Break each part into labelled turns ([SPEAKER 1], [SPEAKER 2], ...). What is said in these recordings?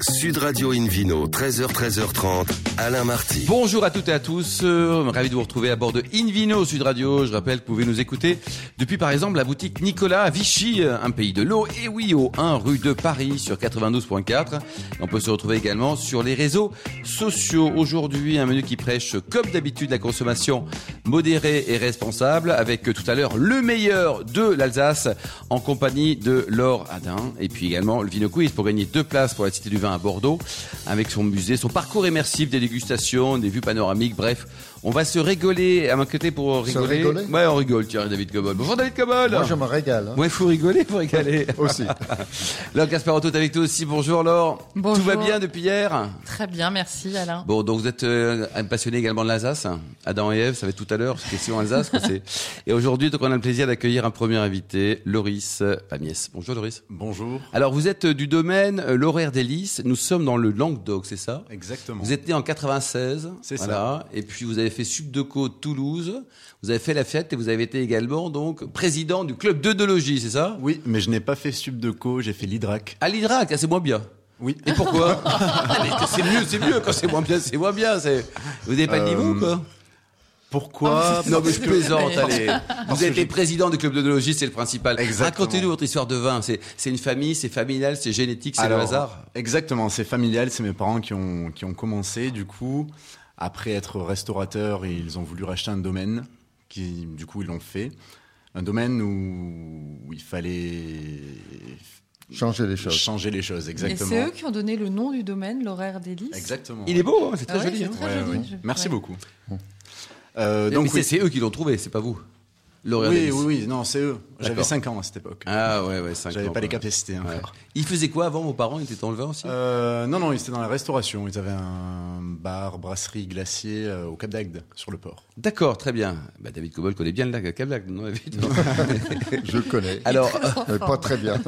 [SPEAKER 1] Sud Radio Invino, 13h, 13h30, Alain Marty.
[SPEAKER 2] Bonjour à toutes et à tous, Euh, ravi de vous retrouver à bord de Invino Sud Radio. Je rappelle que vous pouvez nous écouter depuis par exemple la boutique Nicolas à Vichy, euh, un pays de l'eau, et oui au 1 rue de Paris sur 92.4. Et On peut se retrouver également sur les réseaux sociaux. Aujourd'hui, un menu qui prêche comme d'habitude la consommation modérée et responsable avec euh, tout à l'heure le meilleur de l'Alsace en compagnie de Laure Adin et puis également le Vino Quiz pour gagner deux places pour la Cité du Vin à Bordeaux avec son musée, son parcours immersif des dégustations, des vues panoramiques, bref. On va se régoler, à ma côté pour
[SPEAKER 3] Se
[SPEAKER 2] rigoler.
[SPEAKER 3] rigoler
[SPEAKER 2] ouais, on rigole, tiens, David Cobol. Bonjour David Cobol
[SPEAKER 3] Moi, je me régale. hein.
[SPEAKER 2] Ouais, faut rigoler, faut rigoler.
[SPEAKER 3] Aussi.
[SPEAKER 2] Laure Gasparotto est avec toi aussi, bonjour Laure. Tout
[SPEAKER 4] Bonjour.
[SPEAKER 2] va bien depuis hier
[SPEAKER 4] Très bien, merci Alain.
[SPEAKER 2] Bon, donc vous êtes euh, un passionné également de l'Alsace. hein. Adam et Ève, ça va être tout à l'heure, c'est question Alsace. quoi, c'est- et aujourd'hui, donc, on a le plaisir d'accueillir un premier invité, Loris Pamiès. Bonjour Loris.
[SPEAKER 5] Bonjour.
[SPEAKER 2] Alors, vous êtes euh, du domaine euh, L'Horaire des Lys. Nous sommes dans le Languedoc, c'est ça
[SPEAKER 5] Exactement.
[SPEAKER 2] Vous êtes né en 96.
[SPEAKER 5] C'est ça.
[SPEAKER 2] voilà. Et puis, vous avez fait Subdeco Toulouse. Vous avez fait la fête et vous avez été également, donc, président du club d'œdologie, c'est ça
[SPEAKER 5] Oui, mais je n'ai pas fait Subdeco, j'ai fait l'Idrac.
[SPEAKER 2] À l'Idrac, ah, c'est moins bien.
[SPEAKER 5] Oui.
[SPEAKER 2] Et pourquoi Mais C'est mieux, c'est mieux. Quand c'est moins bien, c'est moins bien. c'est- Vous n'avez pas de niveau,
[SPEAKER 5] Euh,
[SPEAKER 2] quoi
[SPEAKER 5] Pourquoi
[SPEAKER 2] Non, Ah, mais
[SPEAKER 5] Parce
[SPEAKER 2] je
[SPEAKER 5] que-
[SPEAKER 2] plaisante.
[SPEAKER 5] parce
[SPEAKER 2] allez.
[SPEAKER 5] parce
[SPEAKER 2] Vous
[SPEAKER 5] que
[SPEAKER 2] avez été
[SPEAKER 5] j'ai-
[SPEAKER 2] président du club d'œdologie, c'est le principal.
[SPEAKER 5] Exactement.
[SPEAKER 2] Racontez-nous votre histoire de vin. C'est c'est une famille, c'est familial, c'est génétique, c'est le
[SPEAKER 5] Alors,
[SPEAKER 2] hasard.
[SPEAKER 5] Exactement, c'est familial, c'est mes parents qui ont, qui ont commencé. Du coup, après être restaurateurs, ils ont voulu racheter un domaine, qui, du coup, ils l'ont fait. Un domaine où, où il fallait
[SPEAKER 3] Changer les choses.
[SPEAKER 5] changer les choses, exactement.
[SPEAKER 4] Et c'est eux qui ont donné le nom du domaine, l'horaire des lys.
[SPEAKER 5] Exactement.
[SPEAKER 2] Il est beau, hein, c'est très
[SPEAKER 4] Ah ouais,
[SPEAKER 2] joli.
[SPEAKER 4] c'est
[SPEAKER 2] hein.
[SPEAKER 4] très
[SPEAKER 5] Ouais,
[SPEAKER 4] joli.
[SPEAKER 5] ouais.
[SPEAKER 4] Je-
[SPEAKER 5] Merci
[SPEAKER 4] ouais.
[SPEAKER 5] beaucoup. Euh,
[SPEAKER 2] Mais
[SPEAKER 5] donc,
[SPEAKER 2] c'est- c'est eux qui l'ont trouvé, c'est pas vous. L'horaire
[SPEAKER 5] oui,
[SPEAKER 2] des
[SPEAKER 5] oui,
[SPEAKER 2] Lys.
[SPEAKER 5] oui, non, c'est eux. J'avais
[SPEAKER 2] D'accord.
[SPEAKER 5] 5 ans à cette époque.
[SPEAKER 2] Ah ouais, ouais, cinq
[SPEAKER 5] J'avais
[SPEAKER 2] ans,
[SPEAKER 5] pas les
[SPEAKER 2] quoi.
[SPEAKER 5] capacités
[SPEAKER 2] Ouais.
[SPEAKER 5] encore.
[SPEAKER 2] Ils faisaient quoi avant Vos parents ils étaient dans le vin aussi
[SPEAKER 5] Euh, non, non, ils étaient dans la restauration. Ils avaient un bar, brasserie, glacier euh, au Cap d'Agde, sur le port.
[SPEAKER 2] D'accord, très bien. Bah, David Cobol connaît bien le lac à Cablac, non David
[SPEAKER 3] Je connais.
[SPEAKER 2] Alors,
[SPEAKER 4] euh,
[SPEAKER 3] Mais Euh, pas très bien.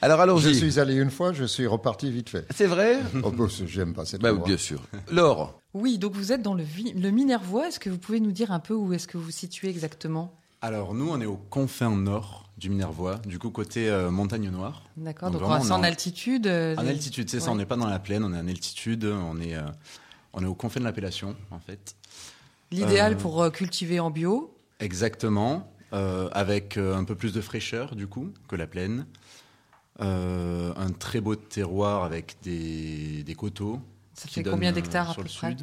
[SPEAKER 2] alors
[SPEAKER 3] Je
[SPEAKER 2] allons-y.
[SPEAKER 3] suis allé une fois, je suis reparti vite fait.
[SPEAKER 2] C'est vrai
[SPEAKER 3] Oh, bah, c'est- j'aime pas cette
[SPEAKER 2] Bah,
[SPEAKER 3] loi.
[SPEAKER 2] Bien sûr. Laure,
[SPEAKER 4] Oui, donc vous êtes dans le, vi- le Minervois. Est-ce que vous pouvez nous dire un peu où est-ce que vous vous situez exactement
[SPEAKER 5] Alors, nous, on est au confin nord du Minervois, du coup, côté euh, Montagne Noire.
[SPEAKER 4] D'accord,
[SPEAKER 5] Donc
[SPEAKER 4] donc,
[SPEAKER 5] vraiment,
[SPEAKER 4] c'est en
[SPEAKER 5] on est en-
[SPEAKER 4] altitude. euh,
[SPEAKER 5] En
[SPEAKER 4] des-
[SPEAKER 5] altitude, c'est ça,
[SPEAKER 4] Ouais.
[SPEAKER 5] on n'est pas dans la plaine, on est en altitude, on est, euh, on est au confin de l'appellation, en fait.
[SPEAKER 4] L'idéal
[SPEAKER 5] Euh,
[SPEAKER 4] pour euh, cultiver en bio.
[SPEAKER 5] Exactement, euh, avec euh, un peu plus de fraîcheur, du coup, que la plaine. Euh, un très beau terroir avec des, des coteaux,
[SPEAKER 4] Ça
[SPEAKER 5] qui
[SPEAKER 4] fait
[SPEAKER 5] donne,
[SPEAKER 4] combien
[SPEAKER 5] euh,
[SPEAKER 4] d'hectares à
[SPEAKER 5] sur
[SPEAKER 4] peu
[SPEAKER 5] le
[SPEAKER 4] près
[SPEAKER 5] sud.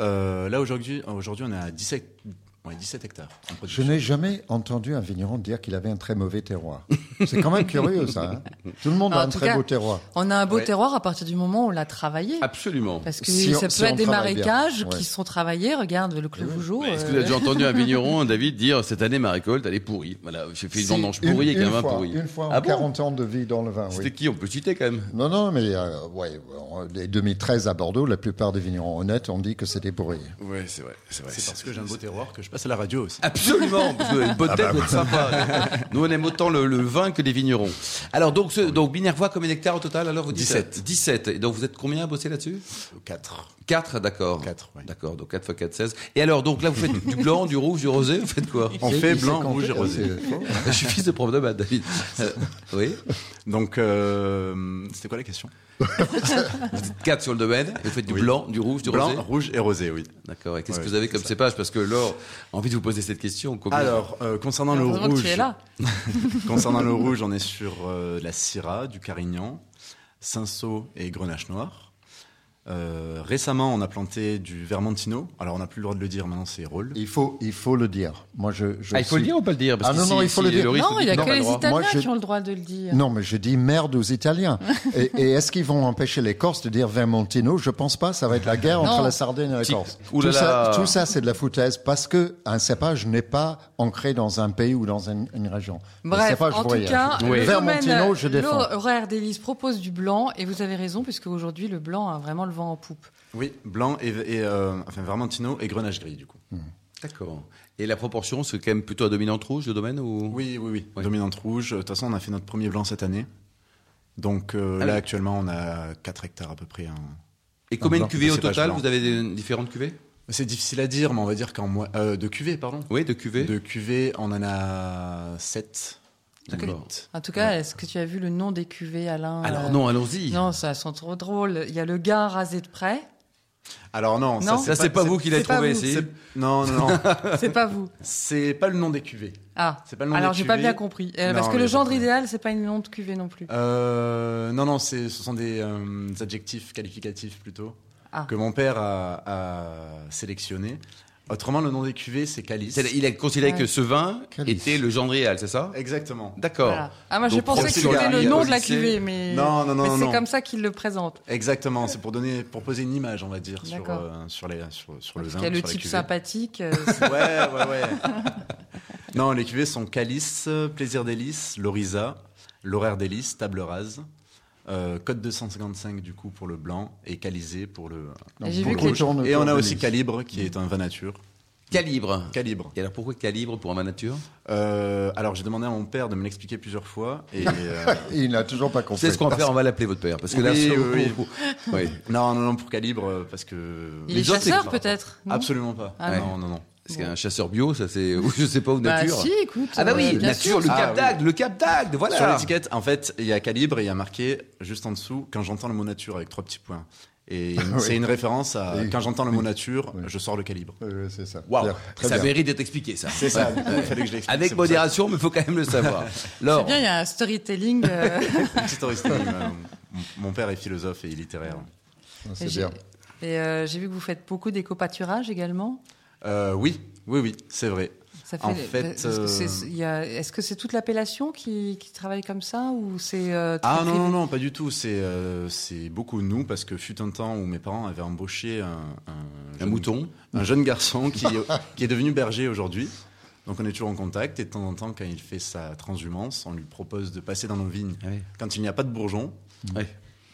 [SPEAKER 5] Euh, là aujourd'hui, aujourd'hui on est à 17, ouais, 17 hectares. en
[SPEAKER 3] Je
[SPEAKER 5] production.
[SPEAKER 3] n'ai jamais entendu un vigneron dire qu'il avait un très mauvais terroir. C'est quand même curieux, ça. hein. Tout le monde
[SPEAKER 4] Ah,
[SPEAKER 3] a
[SPEAKER 4] en
[SPEAKER 3] un
[SPEAKER 4] tout
[SPEAKER 3] très
[SPEAKER 4] cas,
[SPEAKER 3] beau terroir.
[SPEAKER 4] On a un beau
[SPEAKER 5] Ouais. Ah,
[SPEAKER 4] terroir à partir du moment où on l'a travaillé.
[SPEAKER 2] absolument.
[SPEAKER 4] Parce que
[SPEAKER 3] Si on-
[SPEAKER 4] ça peut
[SPEAKER 3] si on
[SPEAKER 4] être des
[SPEAKER 3] travaille bien.
[SPEAKER 4] marécages
[SPEAKER 3] Ouais.
[SPEAKER 4] qui sont travaillés. Regarde le clos Vougeot.
[SPEAKER 2] Est-ce que
[SPEAKER 4] euh,
[SPEAKER 2] vous avez déjà entendu un vigneron, David, dire cette année ma récolte, elle est pourrie Voilà, j'ai fait une
[SPEAKER 3] Si,
[SPEAKER 2] vendange
[SPEAKER 3] une-
[SPEAKER 2] pourrie avec
[SPEAKER 3] une
[SPEAKER 2] un vin
[SPEAKER 3] fois,
[SPEAKER 2] pourri.
[SPEAKER 3] Une fois en
[SPEAKER 2] Ah bon
[SPEAKER 3] 40 ans de vie dans le vin,
[SPEAKER 2] C'était
[SPEAKER 3] oui.
[SPEAKER 2] qui On peut citer quand même.
[SPEAKER 3] Non, non, mais euh, ouais, en- les 2013 à Bordeaux, la plupart des vignerons honnêtes ont dit que c'était pourri.
[SPEAKER 2] Ouais, c'est vrai, c'est vrai. Ah,
[SPEAKER 5] C'est parce que j'ai un beau terroir que je passe à la radio aussi.
[SPEAKER 2] Absolument, parce que une bonne tête, vous êtes sympa. Ah bah Nous, on aime autant le, le vin que les vignerons. Alors, donc, ce, donc Minervois, combien d'hectares au total Alors, vous dites
[SPEAKER 5] 17.
[SPEAKER 2] 17. Et donc, vous êtes combien à bosser là-dessus
[SPEAKER 5] 4.
[SPEAKER 2] 4, d'accord.
[SPEAKER 5] Quatre, oui.
[SPEAKER 2] D'accord, donc 4 x 4, 16. Et alors, donc là, vous faites du blanc, du rouge, du rosé, vous faites quoi
[SPEAKER 5] On
[SPEAKER 3] Il
[SPEAKER 5] fait
[SPEAKER 3] sait
[SPEAKER 5] blanc,
[SPEAKER 3] compter,
[SPEAKER 5] rouge et rosé.
[SPEAKER 3] c'est faux.
[SPEAKER 2] Je suis fils de prof de maths, David. Euh, oui
[SPEAKER 5] Donc euh, c'était quoi la question
[SPEAKER 2] 4 sur le domaine, et vous faites du
[SPEAKER 5] Oui.
[SPEAKER 2] blanc, du rouge, du
[SPEAKER 5] Blanc,
[SPEAKER 2] rosé
[SPEAKER 5] rouge et rosé, oui.
[SPEAKER 2] D'accord, et qu'est-ce
[SPEAKER 5] Ouais,
[SPEAKER 2] que vous avez
[SPEAKER 5] c'est
[SPEAKER 2] comme
[SPEAKER 5] ça.
[SPEAKER 2] cépage Parce que Laure a envie de vous poser cette question. Combien
[SPEAKER 5] Alors euh, concernant le
[SPEAKER 4] heureusement que
[SPEAKER 5] rouge,
[SPEAKER 4] tu es là.
[SPEAKER 5] concernant le rouge, on est sur euh, de la Syrah, du Carignan, Cinsault et Grenache noir. Euh, récemment, on a planté du Vermentino. Alors, on n'a plus le droit de le dire, maintenant c'est Roll.
[SPEAKER 3] Il faut, il faut le dire. Moi, je, je
[SPEAKER 2] Ah, il faut
[SPEAKER 3] suis-
[SPEAKER 2] le dire ou pas le dire
[SPEAKER 3] Ah non, non, il faut le dire.
[SPEAKER 2] Laurie
[SPEAKER 4] Non,
[SPEAKER 2] se
[SPEAKER 4] il n'y a
[SPEAKER 2] dit
[SPEAKER 4] que
[SPEAKER 2] pas le
[SPEAKER 4] les
[SPEAKER 2] droit.
[SPEAKER 4] Italiens
[SPEAKER 3] Moi, j'ai-
[SPEAKER 4] qui ont le droit de le dire.
[SPEAKER 3] Non, mais je dis merde aux Italiens. et et est-ce qu'ils vont empêcher les Corses de dire Vermontino Je pense pas. Ça va être la guerre entre
[SPEAKER 4] Non.
[SPEAKER 3] la Sardaigne et la
[SPEAKER 2] Si.
[SPEAKER 3] Corse.
[SPEAKER 2] Ouh
[SPEAKER 3] tout,
[SPEAKER 2] là là.
[SPEAKER 3] Ça, tout ça, c'est de la foutaise parce que un cépage n'est pas ancré dans un pays ou dans une, une région. Le
[SPEAKER 4] Bref,
[SPEAKER 3] cépage
[SPEAKER 4] en tout
[SPEAKER 3] voyage.
[SPEAKER 4] cas,
[SPEAKER 2] Oui.
[SPEAKER 4] le
[SPEAKER 3] Vermontino,
[SPEAKER 4] domaine, euh,
[SPEAKER 3] je défends.
[SPEAKER 4] l'horaire d'Élise propose du blanc, et vous avez raison, puisque aujourd'hui, le blanc a vraiment le vent en poupe.
[SPEAKER 5] Oui, blanc et, et, euh, enfin Vermentino et Grenache gris du coup.
[SPEAKER 2] D'accord. Et la proportion, c'est quand même plutôt à dominante rouge, le domaine ou...
[SPEAKER 5] Oui, oui, oui.
[SPEAKER 2] Ouais.
[SPEAKER 5] Dominante rouge. De toute façon, on a fait notre premier blanc cette année. Donc euh,
[SPEAKER 2] Ah
[SPEAKER 5] là,
[SPEAKER 2] oui.
[SPEAKER 5] actuellement, on a 4 hectares à peu près. hein.
[SPEAKER 2] Et combien de
[SPEAKER 5] blanc.
[SPEAKER 2] cuvées au
[SPEAKER 5] C'est pas
[SPEAKER 2] total
[SPEAKER 5] blanc.
[SPEAKER 2] Vous avez des, différentes cuvées
[SPEAKER 5] C'est difficile à dire, mais on va dire qu'en mois. euh, de cuvées, pardon.
[SPEAKER 2] Oui, de cuvées.
[SPEAKER 5] De cuvées, on en a 7.
[SPEAKER 4] En tout cas,
[SPEAKER 2] D'accord.
[SPEAKER 4] en tout cas, est-ce que tu as vu le nom des cuvées, Alain euh,
[SPEAKER 2] Alors non, allons-y.
[SPEAKER 4] Non, ça sent trop drôle. Il y a le gars rasé de près.
[SPEAKER 5] Alors non,
[SPEAKER 4] Non.
[SPEAKER 2] Ça, c'est pas vous qui l'avez
[SPEAKER 4] c'est pas
[SPEAKER 2] trouvé,
[SPEAKER 4] vous,
[SPEAKER 2] si
[SPEAKER 5] c'est- Non, non, non.
[SPEAKER 4] C'est pas vous.
[SPEAKER 5] c'est pas le nom des cuvées.
[SPEAKER 4] Ah.
[SPEAKER 5] C'est pas le nom
[SPEAKER 4] Alors
[SPEAKER 5] des
[SPEAKER 4] j'ai pas
[SPEAKER 5] cuvées.
[SPEAKER 4] bien compris. Euh,
[SPEAKER 5] Non,
[SPEAKER 4] parce que
[SPEAKER 5] mais
[SPEAKER 4] le
[SPEAKER 5] pas
[SPEAKER 4] genre
[SPEAKER 5] de problème.
[SPEAKER 4] idéal, c'est pas une nom de cuvée non plus.
[SPEAKER 5] Euh, non, non, c'est- ce sont des euh, des adjectifs qualificatifs plutôt
[SPEAKER 4] Ah.
[SPEAKER 5] que mon père a, a sélectionné. Autrement, le nom des cuvées, c'est Calice.
[SPEAKER 2] C'est- Il a considéré
[SPEAKER 4] Ouais.
[SPEAKER 2] que ce vin
[SPEAKER 3] Calice.
[SPEAKER 2] était le genre idéal, c'est ça
[SPEAKER 5] Exactement.
[SPEAKER 2] D'accord.
[SPEAKER 4] Voilà. Ah moi je
[SPEAKER 2] Donc,
[SPEAKER 4] pensais que
[SPEAKER 5] Procédure
[SPEAKER 4] c'était le
[SPEAKER 5] Garnier,
[SPEAKER 4] nom de la
[SPEAKER 2] Odyssée.
[SPEAKER 4] cuvée, mais
[SPEAKER 5] Non, non, non,
[SPEAKER 4] mais
[SPEAKER 5] non,
[SPEAKER 4] c'est
[SPEAKER 5] non.
[SPEAKER 4] comme ça qu'il le présente.
[SPEAKER 5] Exactement, c'est pour donner, pour poser une image, on va dire, sur,
[SPEAKER 4] D'accord.
[SPEAKER 5] euh, sur, les, sur, sur le
[SPEAKER 4] Parce
[SPEAKER 5] vin.
[SPEAKER 4] qu'il y a le
[SPEAKER 5] sur la
[SPEAKER 4] type
[SPEAKER 5] cuvée.
[SPEAKER 4] sympathique. euh,
[SPEAKER 5] Ouais, ouais, ouais. non, les cuvées sont Calice, Plaisir d'Hélice, Lorisa, L'horaire d'Hélice, Table rase, euh, Code 255 du coup pour le blanc et Calisé pour le.
[SPEAKER 3] Donc,
[SPEAKER 4] j'ai vu
[SPEAKER 3] beaucoup
[SPEAKER 4] que-
[SPEAKER 3] tournent
[SPEAKER 5] Et on a
[SPEAKER 3] autour de
[SPEAKER 5] aussi
[SPEAKER 3] lui.
[SPEAKER 5] Calibre qui est un vin nature.
[SPEAKER 2] Calibre.
[SPEAKER 5] Calibre.
[SPEAKER 2] Et alors pourquoi calibre pour un vin nature
[SPEAKER 5] Euh, alors j'ai demandé à mon père de me l'expliquer plusieurs fois et. euh,
[SPEAKER 3] Il n'a toujours pas compris.
[SPEAKER 2] C'est ce qu'on va faire, on va l'appeler votre père. Parce que là,
[SPEAKER 5] Oui,
[SPEAKER 2] c'est-
[SPEAKER 5] oui,
[SPEAKER 2] Oui.
[SPEAKER 5] Non, non, non, pour Calibre, euh, parce que.
[SPEAKER 4] Il est
[SPEAKER 2] Les autres, c'est-
[SPEAKER 4] chasseur peut-être. non
[SPEAKER 5] Absolument pas.
[SPEAKER 4] Ah
[SPEAKER 5] non, non, non.
[SPEAKER 2] Parce qu'un chasseur bio, ça c'est. Ou je sais pas, ou
[SPEAKER 4] Bah
[SPEAKER 2] nature.
[SPEAKER 4] si, écoute.
[SPEAKER 2] Ah bah oui,
[SPEAKER 4] euh, bien
[SPEAKER 2] nature,
[SPEAKER 4] sûr.
[SPEAKER 2] le
[SPEAKER 5] Ah,
[SPEAKER 2] cap
[SPEAKER 5] oui.
[SPEAKER 2] d'Agde, le cap d'Agde, voilà.
[SPEAKER 5] Sur l'étiquette, en fait, il y a Calibre et il y a marqué juste en dessous quand j'entends le mot nature avec trois petits points. Et c'est une référence à
[SPEAKER 3] Oui.
[SPEAKER 5] quand j'entends le mot nature,
[SPEAKER 3] Oui.
[SPEAKER 5] je sors le calibre.
[SPEAKER 3] Oui, oui, c'est ça.
[SPEAKER 2] Waouh,
[SPEAKER 3] Bien, très
[SPEAKER 2] ça
[SPEAKER 3] bien.
[SPEAKER 2] mérite d'être expliqué ça.
[SPEAKER 5] C'est ça, du coup, il fallait que je l'explique.
[SPEAKER 2] Avec
[SPEAKER 5] c'est pour ça.
[SPEAKER 2] modération, mais il faut quand même le savoir.
[SPEAKER 4] C'est
[SPEAKER 2] Laure,
[SPEAKER 4] bien, il y a un storytelling. euh,
[SPEAKER 5] Petit touriste, euh, mon- Mon père est philosophe et littéraire.
[SPEAKER 3] C'est
[SPEAKER 4] j'ai-
[SPEAKER 3] bien.
[SPEAKER 4] Et euh, j'ai vu que vous faites beaucoup d'éco-pâturage également.
[SPEAKER 5] Euh, oui, oui, oui, c'est vrai.
[SPEAKER 4] Ça
[SPEAKER 5] En fait,
[SPEAKER 4] parce que c'est-
[SPEAKER 5] euh,
[SPEAKER 4] il y a- est-ce que c'est toute l'appellation qui, qui travaille comme ça ou c'est euh, tout
[SPEAKER 5] Ah non,
[SPEAKER 4] privé
[SPEAKER 5] non, non, pas du tout. C'est euh, c'est beaucoup nous parce que fut un temps où mes parents avaient embauché un,
[SPEAKER 2] un
[SPEAKER 5] jeune-
[SPEAKER 2] mouton.
[SPEAKER 5] un jeune garçon qui, euh, qui est devenu berger aujourd'hui. Donc on est toujours en contact et de temps en temps, quand il fait sa transhumance, on lui propose de passer dans nos vignes
[SPEAKER 2] Ouais.
[SPEAKER 5] quand il n'y a pas de bourgeons.
[SPEAKER 2] Ouais.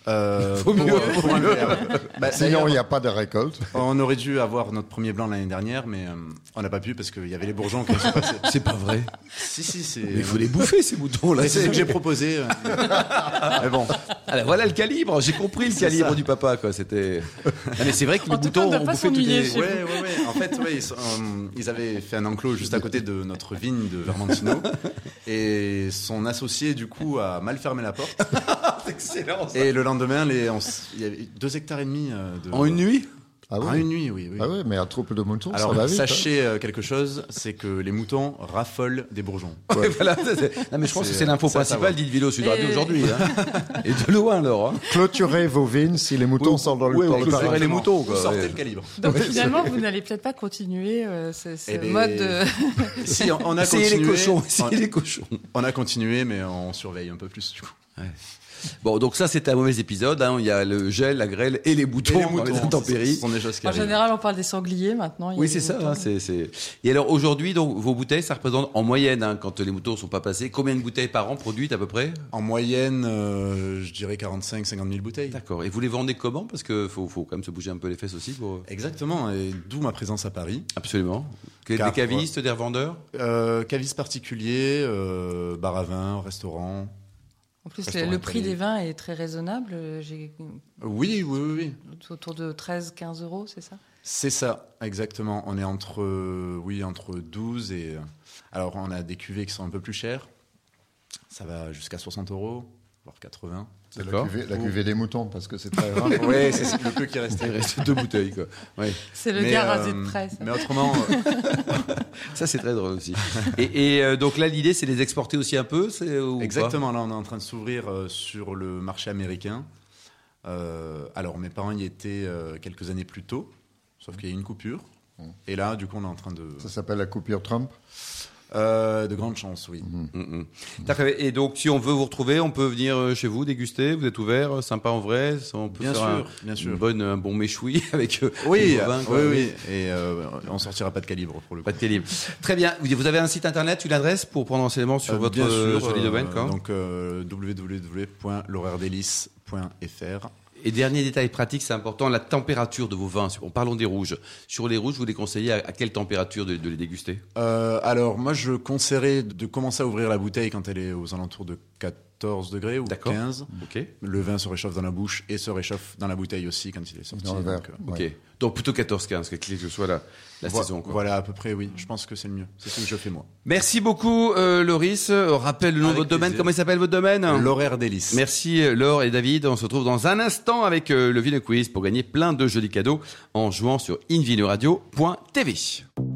[SPEAKER 5] Euh,
[SPEAKER 2] Faut mieux,
[SPEAKER 5] euh,
[SPEAKER 2] faut
[SPEAKER 5] un
[SPEAKER 2] mieux.
[SPEAKER 5] verre. Bah,
[SPEAKER 3] Sinon,
[SPEAKER 5] d'ailleurs,
[SPEAKER 3] il n'y a pas de récolte.
[SPEAKER 5] on aurait dû avoir notre premier blanc l'année dernière, mais euh, on n'a pas pu parce qu'il y avait les bourgeons qui sont passés.
[SPEAKER 2] C'est pas vrai.
[SPEAKER 5] si, si, c'est.
[SPEAKER 2] Mais il faut les bouffer ces moutons là.
[SPEAKER 5] Mais c'est ce que j'ai proposé. euh. mais bon,
[SPEAKER 2] Alors, voilà le calibre, j'ai compris le
[SPEAKER 5] C'est
[SPEAKER 2] calibre
[SPEAKER 5] ça.
[SPEAKER 2] du papa quoi. C'était. Ah, mais c'est vrai que les
[SPEAKER 4] En tout cas,
[SPEAKER 2] moutons
[SPEAKER 4] on ne doit
[SPEAKER 2] ont
[SPEAKER 4] pas
[SPEAKER 2] bouffé toutes
[SPEAKER 4] s'ennuyer
[SPEAKER 2] les.
[SPEAKER 4] chez
[SPEAKER 5] ouais, ouais, ouais. En fait, ouais, ils, sont, euh, ils avaient fait un enclos juste à côté de notre vigne de Vermentino. Et son associé, du coup, a mal fermé la porte.
[SPEAKER 2] Excellent.
[SPEAKER 5] Et le lendemain, les, on s- il y avait deux hectares et demi euh, de.
[SPEAKER 2] En une nuit
[SPEAKER 3] Ah
[SPEAKER 5] En
[SPEAKER 3] oui.
[SPEAKER 5] une nuit, oui. oui.
[SPEAKER 3] Ah oui, mais un troupe de moutons,
[SPEAKER 5] Alors,
[SPEAKER 3] ça va vite. hein.
[SPEAKER 5] sachez euh, quelque chose, c'est que les moutons raffolent des bourgeons.
[SPEAKER 2] Ouais, voilà, ça, c'est- Non, mais je pense
[SPEAKER 5] C'est-
[SPEAKER 2] que c'est euh, l'info
[SPEAKER 5] ça, ça va.
[SPEAKER 2] principale d'Ile Sud Radio
[SPEAKER 4] Et-
[SPEAKER 2] aujourd'hui. hein. Et de loin, alors. hein.
[SPEAKER 3] Clôturez vos vignes si les moutons sortent dans le
[SPEAKER 2] oui,
[SPEAKER 3] par
[SPEAKER 2] oui,
[SPEAKER 3] le
[SPEAKER 2] clôturez
[SPEAKER 3] paradis.
[SPEAKER 2] les moutons,
[SPEAKER 5] Vous
[SPEAKER 2] quoi,
[SPEAKER 5] sortez
[SPEAKER 2] ouais.
[SPEAKER 5] le calibre.
[SPEAKER 4] Donc finalement, vous n'allez peut-être pas continuer euh, ce, ce
[SPEAKER 5] Eh ben,
[SPEAKER 4] mode de...
[SPEAKER 5] Si, on, on a
[SPEAKER 2] Essayez
[SPEAKER 5] continué.
[SPEAKER 2] les cochons,
[SPEAKER 5] on,
[SPEAKER 2] essayez les cochons.
[SPEAKER 5] on a continué, mais on surveille un peu plus du coup.
[SPEAKER 2] Bon, donc ça, c'était un mauvais épisode. hein. Il y a le gel, la grêle et les boutons, dans les intempéries.
[SPEAKER 5] Ce sont des choses qui
[SPEAKER 4] En
[SPEAKER 5] arrivent.
[SPEAKER 4] général, on parle des sangliers maintenant. il y a
[SPEAKER 2] Oui,
[SPEAKER 4] des
[SPEAKER 2] c'est ça.
[SPEAKER 4] moutons.
[SPEAKER 2] hein, c'est- c'est- Et alors aujourd'hui, donc vos bouteilles, ça représente en moyenne, hein, quand les moutons sont pas passés, combien de bouteilles par an produites à peu près
[SPEAKER 5] En moyenne, euh, je dirais 45-50 000 bouteilles.
[SPEAKER 2] D'accord. Et vous les vendez comment Parce que faut, faut quand même se bouger un peu les fesses aussi pour. euh,
[SPEAKER 5] Exactement, et d'où ma présence à Paris.
[SPEAKER 2] Absolument. Que- Des
[SPEAKER 5] Car-
[SPEAKER 2] cavistes, des revendeurs.
[SPEAKER 5] Euh, cavis particulier, euh, bar à vin, restaurant.
[SPEAKER 4] En plus,
[SPEAKER 5] Restaurant
[SPEAKER 4] le, le prix
[SPEAKER 5] italien.
[SPEAKER 4] des vins est très raisonnable. euh, J'ai
[SPEAKER 5] Oui, oui, oui, oui.
[SPEAKER 4] autour de 13-15 euros, c'est ça
[SPEAKER 5] C'est ça, exactement. On est entre, euh, oui, entre 12 et. euh, Alors, on a des cuvées qui sont un peu plus chères. Ça va jusqu'à 60 euros, voire 80.
[SPEAKER 3] C'est la
[SPEAKER 2] D'accord.
[SPEAKER 3] cuvée, la cuvée des moutons, parce que c'est très rare.
[SPEAKER 5] Oui, c'est le peu qui restait.
[SPEAKER 2] Il reste deux bouteilles. Quoi. Ouais.
[SPEAKER 4] C'est le
[SPEAKER 5] Mais,
[SPEAKER 4] gars
[SPEAKER 5] euh,
[SPEAKER 4] rasé de près. ça.
[SPEAKER 5] Mais autrement, euh,
[SPEAKER 2] Ça c'est très drôle aussi. Et, et, euh, donc là, l'idée, c'est de les exporter aussi un peu. c'est- euh, ou pas
[SPEAKER 5] exactement, là, on est en train de s'ouvrir euh, sur le marché américain. Euh, alors, mes parents y étaient euh, quelques années plus tôt,
[SPEAKER 2] Mmh.
[SPEAKER 5] sauf qu'il y a eu une coupure. Et là, du coup, on est en train de.
[SPEAKER 3] Ça s'appelle la coupure Trump.
[SPEAKER 5] Euh, de grandes chances, oui.
[SPEAKER 2] Mm, mm. D'accord. Et donc, si on veut vous retrouver, on peut venir euh, chez vous déguster. Vous êtes ouvert, euh, sympa en vrai. On peut
[SPEAKER 5] Bien
[SPEAKER 2] faire
[SPEAKER 5] sûr,
[SPEAKER 2] un,
[SPEAKER 5] bien sûr.
[SPEAKER 2] une bonne, un bon méchoui avec euh,
[SPEAKER 5] Oui,
[SPEAKER 2] du vin,
[SPEAKER 5] oui,
[SPEAKER 2] quoi.
[SPEAKER 5] oui. Et euh, on sortira pas de calibre pour le coup.
[SPEAKER 2] Pas de télé. Très bien. Vous- Vous avez un site internet, tu l'adresses pour prendre enseignement sur
[SPEAKER 5] Euh,
[SPEAKER 2] votre
[SPEAKER 5] bien
[SPEAKER 2] euh, sur
[SPEAKER 5] sûr,
[SPEAKER 2] les domaines,
[SPEAKER 5] euh,
[SPEAKER 2] quoi.
[SPEAKER 5] Donc euh, www.l'horairelice.fr.
[SPEAKER 2] Et dernier détail pratique, c'est important, la température de vos vins. En parlant des rouges. Sur les rouges, vous les conseillez à, à quelle température de, de les déguster
[SPEAKER 5] Euh, alors moi je conseillerais de commencer à ouvrir la bouteille quand elle est aux alentours de 14 degrés ou
[SPEAKER 2] D'accord.
[SPEAKER 5] 15.
[SPEAKER 2] Ok.
[SPEAKER 5] Le vin se réchauffe dans la bouche et se réchauffe dans la bouteille aussi quand il est sorti.
[SPEAKER 3] Dans le verre.
[SPEAKER 5] donc, euh,
[SPEAKER 2] Ok.
[SPEAKER 3] Ouais.
[SPEAKER 2] Donc plutôt 14-15, que que ce soit la, la
[SPEAKER 5] Voi-
[SPEAKER 2] saison. quoi.
[SPEAKER 5] Voilà, à peu près, oui. Je pense que c'est le mieux. C'est ce que je fais moi.
[SPEAKER 2] Merci beaucoup, euh, Loris. Euh, Rappelle le nom de
[SPEAKER 5] Avec
[SPEAKER 2] votre domaine.
[SPEAKER 5] plaisir.
[SPEAKER 2] Comment il s'appelle votre domaine
[SPEAKER 5] L'horaire d'hélice.
[SPEAKER 2] Merci euh, Laure et David. On se retrouve dans un instant avec euh, le Vino Quiz pour gagner plein de jolis cadeaux en jouant sur invinoradio.tv.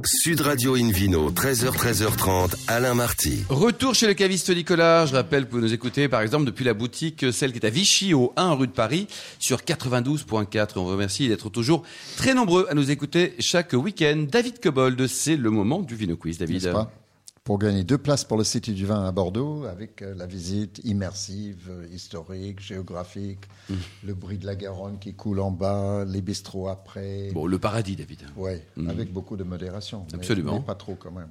[SPEAKER 1] Sud Radio Invino, 13h, 13h30, Alain Marty.
[SPEAKER 2] Retour chez le caviste Nicolas. Je rappelle que vous nous écoutez par exemple depuis la boutique, euh, celle qui est à Vichy au 1 rue de Paris sur 92.4. On vous remercie d'être toujours très nombreux à nous écouter chaque week-end. David Cobold, c'est le moment du Vino Quiz, David.
[SPEAKER 3] n'est-ce pas Pour gagner deux places pour le City du Vin à Bordeaux, avec euh, la visite immersive, euh, historique, géographique,
[SPEAKER 2] Mmh.
[SPEAKER 3] le bruit de la Garonne qui coule en bas, les bistrots après.
[SPEAKER 2] Bon, le paradis, David.
[SPEAKER 3] Oui, avec beaucoup de modération. mais-
[SPEAKER 2] Absolument.
[SPEAKER 3] mais pas trop quand même.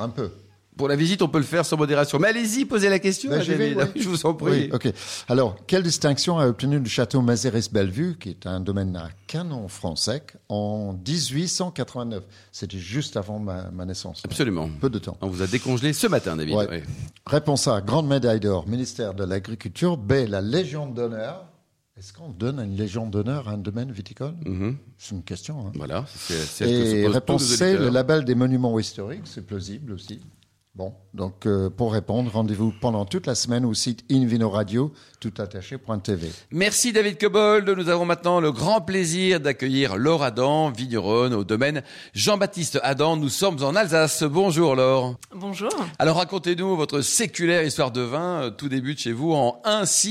[SPEAKER 3] Un peu.
[SPEAKER 2] Pour la visite, on peut le faire sans modération. Mais allez-y, posez la question,
[SPEAKER 3] Ben,
[SPEAKER 2] à
[SPEAKER 3] j'y vais,
[SPEAKER 2] David.
[SPEAKER 3] oui.
[SPEAKER 2] Je vous en
[SPEAKER 3] Oui,
[SPEAKER 2] prie.
[SPEAKER 3] ok. Alors, quelle distinction a obtenu le château Mazérès-Bellevue, qui est un domaine à canon français, en 1889 C'était juste avant ma, ma naissance.
[SPEAKER 2] Absolument.
[SPEAKER 3] Peu de temps.
[SPEAKER 2] On vous a décongelé ce matin, David.
[SPEAKER 3] Ouais.
[SPEAKER 2] Ouais.
[SPEAKER 3] Réponse A, Grande Médaille d'Or, ministère de l'Agriculture. B, la Légion d'honneur. Est-ce qu'on donne une Légion d'honneur à un domaine viticole
[SPEAKER 2] Mhm.
[SPEAKER 3] C'est une question. hein.
[SPEAKER 2] Voilà. c'est- c'est ce que se
[SPEAKER 3] Et
[SPEAKER 2] posent
[SPEAKER 3] réponse
[SPEAKER 2] tous les
[SPEAKER 3] C, le
[SPEAKER 2] auditeurs.
[SPEAKER 3] label des monuments historiques, c'est plausible aussi. Bon, donc euh, pour répondre, rendez-vous pendant toute la semaine au site Invino Radio, toutattaché.tv.
[SPEAKER 2] Merci David Cobold. Nous avons maintenant le grand plaisir d'accueillir Laure Adam, vigneronne au domaine Jean-Baptiste Adam. Nous sommes en Alsace. Bonjour Laure.
[SPEAKER 4] Bonjour.
[SPEAKER 2] Alors racontez-nous votre séculaire histoire de vin. Euh, Tout débute chez vous en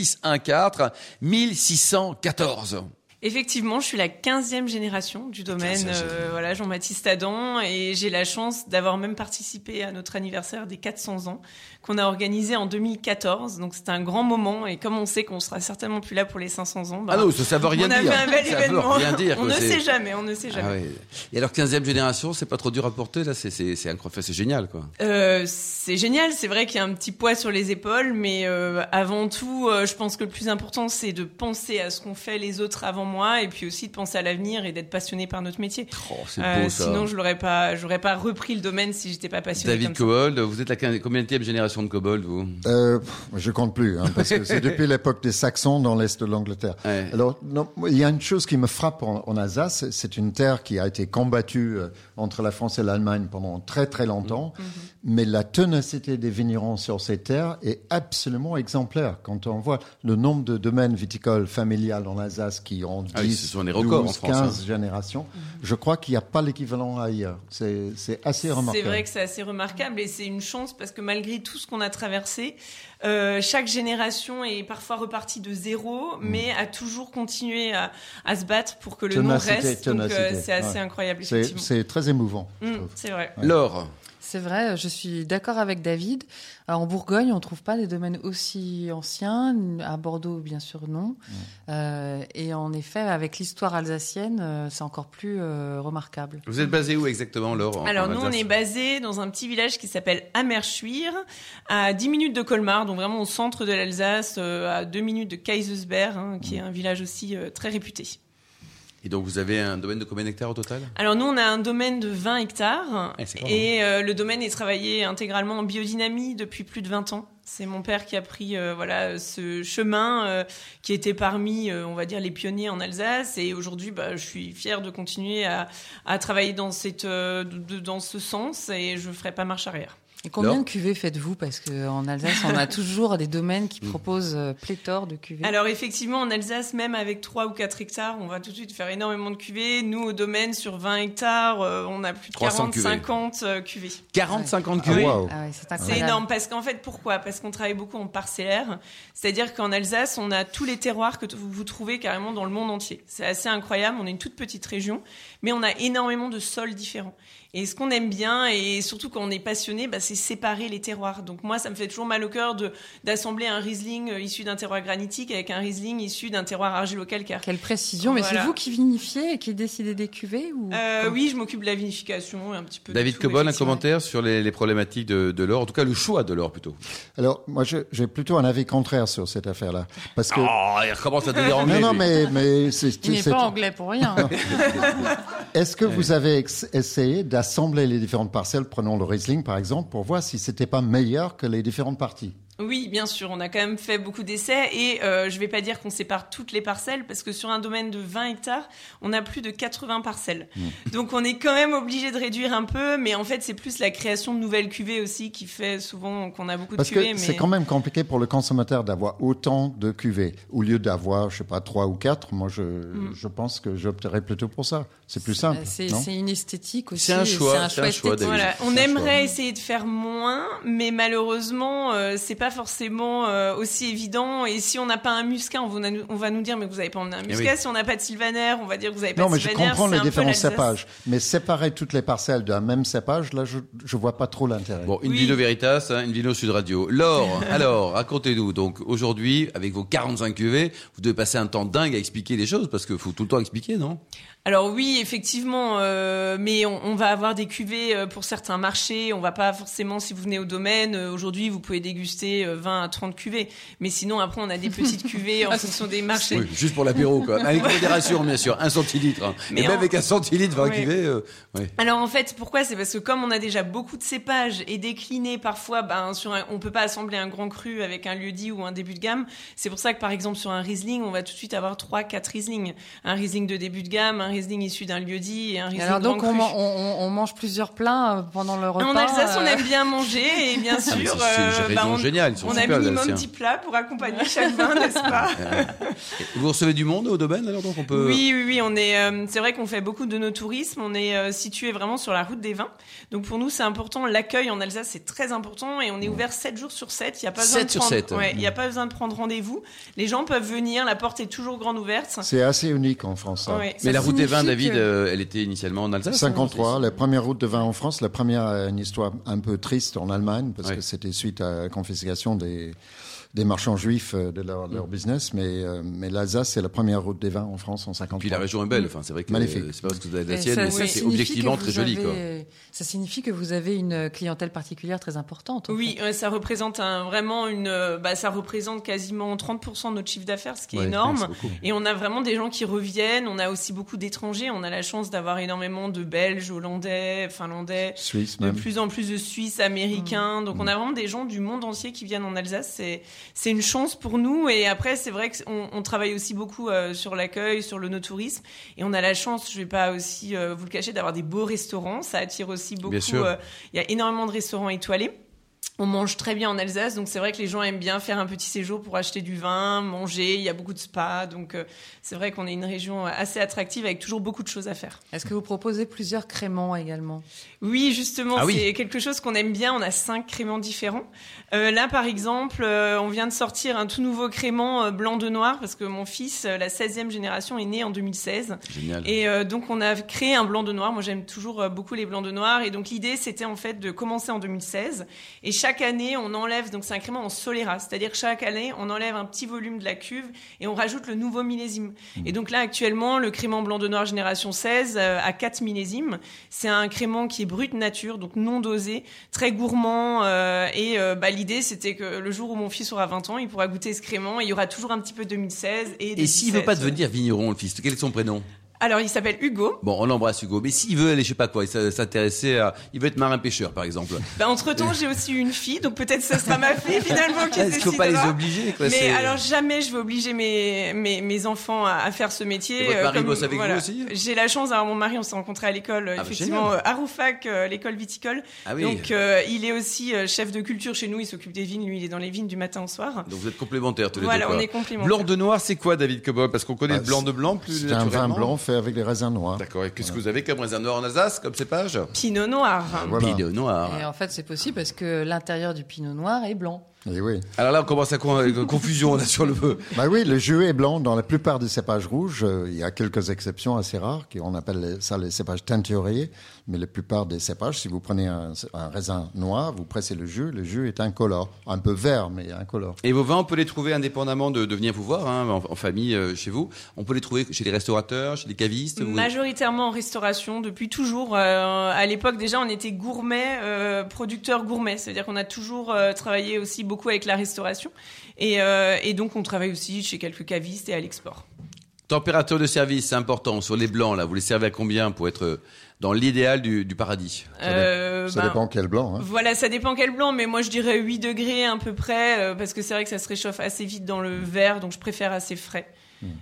[SPEAKER 2] 1614, 1614.
[SPEAKER 6] Effectivement, je suis la 15e génération du domaine
[SPEAKER 2] 15e génération.
[SPEAKER 6] euh, voilà, Jean-Baptiste Adam et j'ai la chance d'avoir même participé à notre anniversaire des 400 ans qu'on a organisé en 2014. Donc c'était un grand moment et comme on sait qu'on sera certainement plus là pour les 500 ans, bah,
[SPEAKER 2] Ah non, ça, ça veut rien
[SPEAKER 6] on a
[SPEAKER 2] dire.
[SPEAKER 6] fait un bel
[SPEAKER 2] ça
[SPEAKER 6] événement.
[SPEAKER 2] veut rien dire.
[SPEAKER 6] on
[SPEAKER 2] quoi.
[SPEAKER 6] ne
[SPEAKER 2] C'est-
[SPEAKER 6] sait jamais, on ne sait jamais.
[SPEAKER 2] Ah ouais. Et alors 15e génération, c'est pas trop dur à porter là, c'est c'est c'est incroyable, c'est génial quoi.
[SPEAKER 6] Euh, c'est génial, c'est vrai qu'il y a un petit poids sur les épaules, mais euh, avant tout, euh, je pense que le plus important, c'est de penser à ce qu'ont fait les autres avant moi, et puis aussi de penser à l'avenir et d'être passionné par notre métier.
[SPEAKER 2] Oh, c'est
[SPEAKER 6] Euh,
[SPEAKER 2] beau ça.
[SPEAKER 6] sinon, je l'aurais pas, j'aurais pas repris le domaine si j'étais pas passionné.
[SPEAKER 2] David
[SPEAKER 6] comme ça.
[SPEAKER 2] Cobold, vous êtes la 15e combien de génération de Cobold vous
[SPEAKER 3] Euh, pff, je compte plus, hein, parce que c'est depuis l'époque des Saxons dans l'est de l'Angleterre.
[SPEAKER 2] Ouais.
[SPEAKER 3] Alors, non, moi, il y a une chose qui me frappe en, en Alsace, c'est- c'est une terre qui a été combattue euh, entre la France et l'Allemagne pendant très très longtemps,
[SPEAKER 6] Mm-hmm.
[SPEAKER 3] mais la tenacité des vignerons sur ces terres est absolument exemplaire. Quand on voit le nombre de domaines viticoles familiales en Alsace qui ont 10,
[SPEAKER 2] Ah oui, ce sont des records en
[SPEAKER 3] 12,
[SPEAKER 2] France, hein.
[SPEAKER 3] 15 générations,
[SPEAKER 6] Mm-hmm.
[SPEAKER 3] je crois qu'il n'y a pas l'équivalent ailleurs. C'est c'est assez
[SPEAKER 6] C'est
[SPEAKER 3] remarquable.
[SPEAKER 6] vrai que c'est assez remarquable et c'est une chance parce que malgré tout ce qu'on a traversé, euh, chaque génération est parfois repartie de zéro, mais a toujours continué à, à se battre pour que le
[SPEAKER 3] Tenacité,
[SPEAKER 6] nom reste. Donc euh,
[SPEAKER 3] tenacité,
[SPEAKER 6] c'est assez
[SPEAKER 3] ouais.
[SPEAKER 6] incroyable
[SPEAKER 3] C'est
[SPEAKER 6] effectivement.
[SPEAKER 3] c'est très émouvant, je
[SPEAKER 6] Mm,
[SPEAKER 3] trouve.
[SPEAKER 6] C'est vrai.
[SPEAKER 2] Laure,
[SPEAKER 4] C'est vrai, je suis d'accord avec David. Alors, en Bourgogne, on ne trouve pas des domaines aussi anciens. À Bordeaux, bien sûr, non. Euh, et en effet, avec l'histoire alsacienne, euh, c'est encore plus euh, remarquable.
[SPEAKER 2] vous êtes basé où exactement Laure en-
[SPEAKER 6] Alors
[SPEAKER 2] en
[SPEAKER 6] nous, on
[SPEAKER 2] Alsace
[SPEAKER 6] est basé dans un petit village qui s'appelle Amerschwir, à 10 minutes de Colmar, donc vraiment au centre de l'Alsace, euh, à 2 minutes de Kaisersberg, hein, qui est un village aussi euh, très réputé.
[SPEAKER 2] Et donc vous avez un domaine de combien d'hectares au total
[SPEAKER 6] Alors nous, on a un domaine de 20 hectares
[SPEAKER 2] Eh, c'est grand,
[SPEAKER 6] et euh, le domaine est travaillé intégralement en biodynamie depuis plus de 20 ans. C'est mon père qui a pris euh, voilà ce chemin euh, qui était parmi, euh, on va dire, les pionniers en Alsace. Et aujourd'hui, bah, je suis fière de continuer à, à travailler dans, cette, euh, de- de- dans ce sens et je ferai pas marche arrière.
[SPEAKER 4] Et combien
[SPEAKER 2] Laure
[SPEAKER 4] de cuvées faites-vous Parce qu'en Alsace, on a toujours des domaines
[SPEAKER 2] Mm.
[SPEAKER 4] qui proposent euh, pléthore de cuvées.
[SPEAKER 6] Alors effectivement, en Alsace, même avec 3 ou 4 hectares, on va tout de suite faire énormément de cuvées. Nous, au domaine, sur 20 hectares, euh, on a plus de
[SPEAKER 2] 300
[SPEAKER 6] 40,
[SPEAKER 2] cuvées.
[SPEAKER 6] 50 euh, cuvées.
[SPEAKER 2] 40 50
[SPEAKER 3] Ah,
[SPEAKER 2] cuvées.
[SPEAKER 3] waouh.
[SPEAKER 4] Ah ouais, c'est
[SPEAKER 6] C'est
[SPEAKER 4] incroyable.
[SPEAKER 6] énorme parce qu'en fait, pourquoi Parce qu'on travaille beaucoup en parcellaire. C'est-à-dire qu'en Alsace, on a tous les terroirs que t- vous trouvez carrément dans le monde entier. C'est assez incroyable. On est une toute petite région, mais on a énormément de sols différents. Et ce qu'on aime bien, et surtout quand on est passionné, bah, c'est séparer les terroirs. Donc moi, ça me fait toujours mal au cœur de d'assembler un Riesling euh, issu d'un terroir granitique avec un Riesling issu d'un terroir argilo-calcaire.
[SPEAKER 4] Quelle précision Mais
[SPEAKER 6] Voilà.
[SPEAKER 4] c'est vous qui vinifiez et qui décidez des cuvées ou
[SPEAKER 6] Euh,
[SPEAKER 4] comment-
[SPEAKER 6] oui, je m'occupe de la vinification et un petit peu de
[SPEAKER 2] David
[SPEAKER 6] tout,
[SPEAKER 2] Cobol, un
[SPEAKER 6] effectivement.
[SPEAKER 2] commentaire sur les, les problématiques de, de l'or, en tout cas le choix de l'or plutôt.
[SPEAKER 3] Alors, moi, je- j'ai plutôt un avis contraire sur cette affaire-là. Parce
[SPEAKER 6] Ah,
[SPEAKER 3] que.
[SPEAKER 2] Oh, il recommence à devenir anglais.
[SPEAKER 3] non, non,
[SPEAKER 2] lui.
[SPEAKER 3] mais, mais c'est-
[SPEAKER 4] Il n'est
[SPEAKER 3] c'est-
[SPEAKER 4] pas anglais pour rien.
[SPEAKER 3] Est-ce que vous avez ex- essayé d'assembler les différentes parcelles, prenons le Riesling par exemple, pour voir si c'était pas meilleur que les différentes parties
[SPEAKER 6] Oui, bien sûr, on a quand même fait beaucoup d'essais et euh, je ne vais pas dire qu'on sépare toutes les parcelles parce que sur un domaine de 20 hectares, on a plus de 80 parcelles.
[SPEAKER 3] Hmm.
[SPEAKER 6] Donc on est quand même obligé de réduire un peu, mais en fait c'est plus la création de nouvelles cuvées aussi qui fait souvent qu'on a beaucoup
[SPEAKER 3] Parce
[SPEAKER 6] de cuvées.
[SPEAKER 3] que
[SPEAKER 6] mais...
[SPEAKER 3] c'est quand même compliqué pour le consommateur d'avoir autant de cuvées. Au lieu d'avoir, je sais pas, trois ou quatre, moi, je, je pense que j'opterais plutôt pour ça. C'est plus simple,
[SPEAKER 4] C'est
[SPEAKER 3] non
[SPEAKER 4] c'est une esthétique aussi.
[SPEAKER 2] C'est un
[SPEAKER 4] et
[SPEAKER 2] choix, c'est un choix,
[SPEAKER 4] esthétique.
[SPEAKER 2] David.
[SPEAKER 6] Voilà,
[SPEAKER 2] C'est
[SPEAKER 6] on
[SPEAKER 2] un choix.
[SPEAKER 6] aimerait essayer de faire moins, mais malheureusement, euh, c'est pas forcément euh, aussi évident. Et si on n'a pas un muscat, on va, nous- on va nous dire mais vous avez pas emmené un
[SPEAKER 2] Eh
[SPEAKER 6] muscat.
[SPEAKER 2] oui.
[SPEAKER 6] Si on n'a pas de sylvaner, on va dire que vous avez pas
[SPEAKER 3] Non,
[SPEAKER 6] de
[SPEAKER 3] mais je
[SPEAKER 6] sylvaner.
[SPEAKER 3] comprends
[SPEAKER 6] c'est
[SPEAKER 3] les
[SPEAKER 6] un peu
[SPEAKER 3] différents
[SPEAKER 6] l'Alsace.
[SPEAKER 3] cépages. Mais séparer toutes les parcelles d'un même cépage, là, je ne vois pas trop l'intérêt.
[SPEAKER 2] Bon, une
[SPEAKER 6] Oui.
[SPEAKER 2] Vino Veritas, hein, une Vino Sud Radio. Laure, alors, racontez-nous. Donc, aujourd'hui, avec vos 45 cuvées, vous devez passer un temps dingue à expliquer des choses parce que faut tout le temps expliquer, non
[SPEAKER 6] Alors oui, effectivement, euh, mais on, on va avoir des cuvées euh, pour certains marchés. On va pas forcément, si vous venez au domaine, euh, aujourd'hui, vous pouvez déguster euh, 20 à 30 cuvées. Mais sinon, après, on a des petites cuvées en fonction des marchés.
[SPEAKER 2] Oui, juste pour l'apéro, quoi. Avec modération, bien sûr. Un centilitre. hein.
[SPEAKER 6] Mais
[SPEAKER 2] Et même
[SPEAKER 6] en-
[SPEAKER 2] avec un centilitre, 20
[SPEAKER 6] Oui.
[SPEAKER 2] cuvées, euh, ouais.
[SPEAKER 6] Alors en fait, pourquoi C'est parce que comme on a déjà beaucoup de cépages et déclinés parfois, ben sur un- on peut pas assembler un grand cru avec un lieu dit ou un début de gamme. C'est pour ça que par exemple sur un riesling, on va tout de suite avoir trois, quatre riesling, un riesling de début de gamme, un riesling issu d'un lieu dit et un riesling
[SPEAKER 4] Alors donc
[SPEAKER 6] grand
[SPEAKER 4] on,
[SPEAKER 6] cru.
[SPEAKER 4] man- on- on- on mange plusieurs plats euh, pendant le repas.
[SPEAKER 6] En Alsace, on
[SPEAKER 4] euh,
[SPEAKER 6] aime bien manger et bien
[SPEAKER 2] Ah, mais
[SPEAKER 6] sûr,
[SPEAKER 2] c'est- c'est une
[SPEAKER 6] euh,
[SPEAKER 2] raison
[SPEAKER 6] ben, on,
[SPEAKER 2] géniale. Ils sont
[SPEAKER 6] on a
[SPEAKER 2] super, les
[SPEAKER 6] minimum
[SPEAKER 2] Alsaciens.
[SPEAKER 6] 10 plats pour accompagner chaque vin, n'est-ce pas
[SPEAKER 2] Vous recevez du monde au domaine, alors donc on peut.
[SPEAKER 6] Oui, oui, oui, on est. euh, c'est vrai qu'on fait beaucoup de nos tourismes. On est euh, situé vraiment sur la route des vins. Donc pour nous, c'est important. L'accueil en Alsace, c'est très important et on est ouvert 7 jours sur 7. Il y a pas besoin
[SPEAKER 2] Sept
[SPEAKER 6] de
[SPEAKER 2] sur
[SPEAKER 6] prendre,
[SPEAKER 2] sept. mm.
[SPEAKER 6] ouais, il y a pas besoin de prendre rendez-vous. Les gens peuvent venir. La porte est toujours grande ouverte.
[SPEAKER 3] C'est assez unique en France. ça.
[SPEAKER 6] Ouais,
[SPEAKER 2] Mais
[SPEAKER 6] ça-
[SPEAKER 2] la route des vins,
[SPEAKER 4] signifie
[SPEAKER 2] David,
[SPEAKER 4] que-
[SPEAKER 2] euh, elle était initialement en Alsace. hein,
[SPEAKER 3] 53,
[SPEAKER 2] c'est-
[SPEAKER 3] la première route de vin en France, la première, euh, une histoire un peu triste en Allemagne, parce
[SPEAKER 2] Ouais.
[SPEAKER 3] que c'était suite à la confiscation des, des marchands juifs euh, de leur,
[SPEAKER 2] Mm.
[SPEAKER 3] leur business, mais, euh, mais l'Alsace, c'est la première route des vins en France en
[SPEAKER 2] Et Puis la
[SPEAKER 3] 53.
[SPEAKER 2] région est belle. Enfin, c'est vrai que
[SPEAKER 3] Magnifique.
[SPEAKER 2] euh, c'est pas parce que vous
[SPEAKER 4] et
[SPEAKER 2] avez
[SPEAKER 4] ça-
[SPEAKER 2] sienne, mais
[SPEAKER 4] ça
[SPEAKER 2] c'est
[SPEAKER 4] signifie
[SPEAKER 2] objectivement
[SPEAKER 4] que
[SPEAKER 2] très
[SPEAKER 4] vous
[SPEAKER 2] joli, quoi.
[SPEAKER 4] avez- Ça signifie que vous avez une clientèle particulière très importante. en
[SPEAKER 6] Oui, ouais, ça représente un, vraiment une. euh, bah, ça représente quasiment 30% de notre chiffre d'affaires, ce qui est
[SPEAKER 2] Ouais,
[SPEAKER 6] énorme.
[SPEAKER 2] c'est beaucoup.
[SPEAKER 6] Et on a vraiment des gens qui reviennent. On a aussi beaucoup d'étrangers. On a la chance d'avoir énormément de Belges, Hollandais, Finlandais.
[SPEAKER 3] Suisse
[SPEAKER 6] de
[SPEAKER 3] même.
[SPEAKER 6] plus en plus de Suisses, Américains. Donc on a vraiment des gens du monde entier qui viennent en Alsace. C'est c'est une chance pour nous. Et après, c'est vrai qu'on on travaille aussi beaucoup euh, sur l'accueil, sur le no-tourisme. Et on a la chance, je vais pas aussi euh, vous le cacher, d'avoir des beaux restaurants. Ça attire aussi beaucoup.
[SPEAKER 2] sûr.
[SPEAKER 6] euh, Il y a énormément de restaurants étoilés. On mange très bien en Alsace, donc c'est vrai que les gens aiment bien faire un petit séjour pour acheter du vin, manger. Il y a beaucoup de spas, donc euh, c'est vrai qu'on est une région euh, assez attractive avec toujours beaucoup de choses à faire.
[SPEAKER 4] fait. Est-ce que vous proposez plusieurs créments également
[SPEAKER 6] Oui, justement,
[SPEAKER 2] Ah oui.
[SPEAKER 6] c'est quelque chose qu'on aime bien. On a cinq créments différents. Euh, là, par exemple, euh, on vient de sortir un tout nouveau crément euh, blanc de noir parce que mon fils, euh, la 16e génération, est né en 2016.
[SPEAKER 2] Génial.
[SPEAKER 6] Et euh, donc, on a créé un blanc de noir. Moi, j'aime toujours euh, beaucoup les blancs de noir. Et donc, l'idée, c'était en fait de commencer en 2016. Et chaque année, on enlève, donc c'est un crément en solera. C'est-à-dire que chaque année, on enlève un petit volume de la cuve et on rajoute le nouveau millésime.
[SPEAKER 2] Mmh.
[SPEAKER 6] Et donc là, actuellement, le crément blanc de noir génération 16 euh, à 4 millésimes. C'est un crément qui est brut nature, donc non dosé, très gourmand. euh, et euh, bah, l'idée, c'était que le jour où mon fils aura 20 ans, il pourra goûter ce crément. Et il y aura toujours un petit peu 2016 et
[SPEAKER 2] Et s'il veut
[SPEAKER 6] 2017.
[SPEAKER 2] pas devenir vigneron, le fils, quel est son prénom
[SPEAKER 6] Alors, il s'appelle Hugo.
[SPEAKER 2] Bon, on l'embrasse Hugo. Mais s'il veut aller, je sais pas quoi, il s- s'intéresser à, il veut être marin pêcheur, par exemple.
[SPEAKER 6] Bah, entre-temps, j'ai aussi eu une fille, donc peut-être ce sera ma fille finalement qui
[SPEAKER 2] Est-ce qu'il faut pas les
[SPEAKER 6] décidera.
[SPEAKER 2] obliger quoi,
[SPEAKER 6] Mais
[SPEAKER 2] c'est-
[SPEAKER 6] alors jamais je vais obliger mes, mes, mes enfants à, à faire ce métier. euh,
[SPEAKER 2] Et votre mari
[SPEAKER 6] comme-
[SPEAKER 2] bosse avec vous aussi
[SPEAKER 6] J'ai la chance d'avoir mon mari, on s'est rencontrés à l'école,
[SPEAKER 2] bah,
[SPEAKER 6] effectivement,
[SPEAKER 2] génial.
[SPEAKER 6] euh, à Roufac, euh, l'école viticole.
[SPEAKER 2] Ah oui.
[SPEAKER 6] Donc euh, il est aussi euh, chef de culture chez nous, il s'occupe des vignes, lui il est dans les vignes du matin au soir.
[SPEAKER 2] Donc vous êtes complémentaires tous les
[SPEAKER 6] Voilà,
[SPEAKER 2] deux. quoi.
[SPEAKER 6] on est complémentaires.
[SPEAKER 2] Blanc de noir, c'est quoi, David Cobol Parce qu'on connaît
[SPEAKER 3] Bah,
[SPEAKER 2] le blanc de blanc plus
[SPEAKER 3] C'est un vin
[SPEAKER 2] naturellement.
[SPEAKER 3] blanc fait avec des raisins noirs.
[SPEAKER 2] D'accord. Et qu'est-ce que vous avez comme raisin noir en Alsace, comme cépage
[SPEAKER 6] Pinot noir.
[SPEAKER 3] Voilà.
[SPEAKER 2] Pinot noir.
[SPEAKER 4] Et en fait, c'est possible parce que l'intérieur du pinot noir est blanc.
[SPEAKER 3] Et oui.
[SPEAKER 2] Alors là, on commence à con- euh, confusion là sur le feu.
[SPEAKER 3] Bah oui, le jus est blanc dans la plupart des cépages rouges. Euh, Il y a quelques exceptions assez rares, qui, on appelle les- ça les cépages teinturiers. Mais la plupart des cépages, si vous prenez un, un raisin noir, vous pressez le jus, le jus est incolore. Un peu vert, mais incolore.
[SPEAKER 2] Et vos vins, on peut les trouver indépendamment de, de venir vous voir, hein, en, en famille, euh, chez vous. On peut les trouver chez les restaurateurs, chez les cavistes. vous-
[SPEAKER 6] Majoritairement en restauration depuis toujours. Euh, à l'époque déjà, on était gourmet, euh, producteur gourmet, c'est-à-dire qu'on a toujours euh, travaillé aussi beaucoup avec la restauration, et, euh, et donc on travaille aussi chez quelques cavistes et à l'export.
[SPEAKER 2] Température de service, c'est important. Sur les blancs, là, vous les servez à combien pour être euh, dans l'idéal du, du paradis
[SPEAKER 6] Euh,
[SPEAKER 3] Ça
[SPEAKER 6] ben,
[SPEAKER 3] dépend quel blanc. hein.
[SPEAKER 6] Voilà, ça dépend quel blanc, mais moi je dirais 8 degrés à peu près, euh, parce que c'est vrai que ça se réchauffe assez vite dans le verre, donc je préfère assez frais.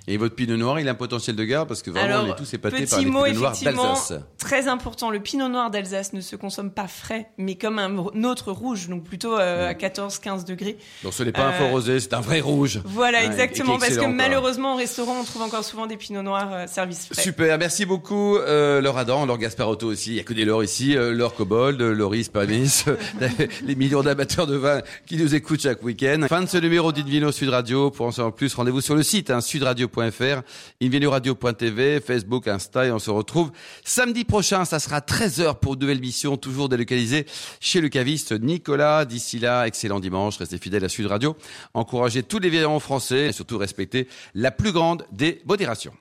[SPEAKER 2] Et votre pinot noir, il a un potentiel de garde parce que vraiment,
[SPEAKER 6] Alors,
[SPEAKER 2] on est tous épatés
[SPEAKER 6] petit
[SPEAKER 2] par les
[SPEAKER 6] mot,
[SPEAKER 2] pinots noirs
[SPEAKER 6] effectivement.
[SPEAKER 2] d'Alsace.
[SPEAKER 6] Très important, le pinot noir d'Alsace ne se consomme pas frais, mais comme un, un autre rouge, donc plutôt euh, à 14-15 degrés.
[SPEAKER 2] Donc ce n'est pas un faux
[SPEAKER 6] Euh,
[SPEAKER 2] rosé, c'est un vrai rouge.
[SPEAKER 6] Voilà,
[SPEAKER 2] Ouais, et
[SPEAKER 6] exactement,
[SPEAKER 2] qui est
[SPEAKER 6] parce que
[SPEAKER 2] excellent, quoi.
[SPEAKER 6] malheureusement, au restaurant, on trouve encore souvent des pinots noirs euh, service frais.
[SPEAKER 2] Super, merci beaucoup euh, Laure Adam, Laure Gasparotto aussi, il n'y a que des Laure ici, euh, Laure Cobold, euh, Laurie Spanis, euh, les millions d'amateurs de vin qui nous écoutent chaque week-end. Fin de ce numéro d'Invino Sud Radio, pour en savoir plus, rendez-vous sur le site hein, sudradio.fr, invinoradio.tv, Facebook, Insta et on se retrouve samedi prochain, ça sera 13h pour une nouvelle mission, toujours délocalisée chez le caviste Nicolas. D'ici là, excellent dimanche, restez fidèles à Sud Radio, encouragez tous les vignerons français et surtout respectez la plus grande des modérations.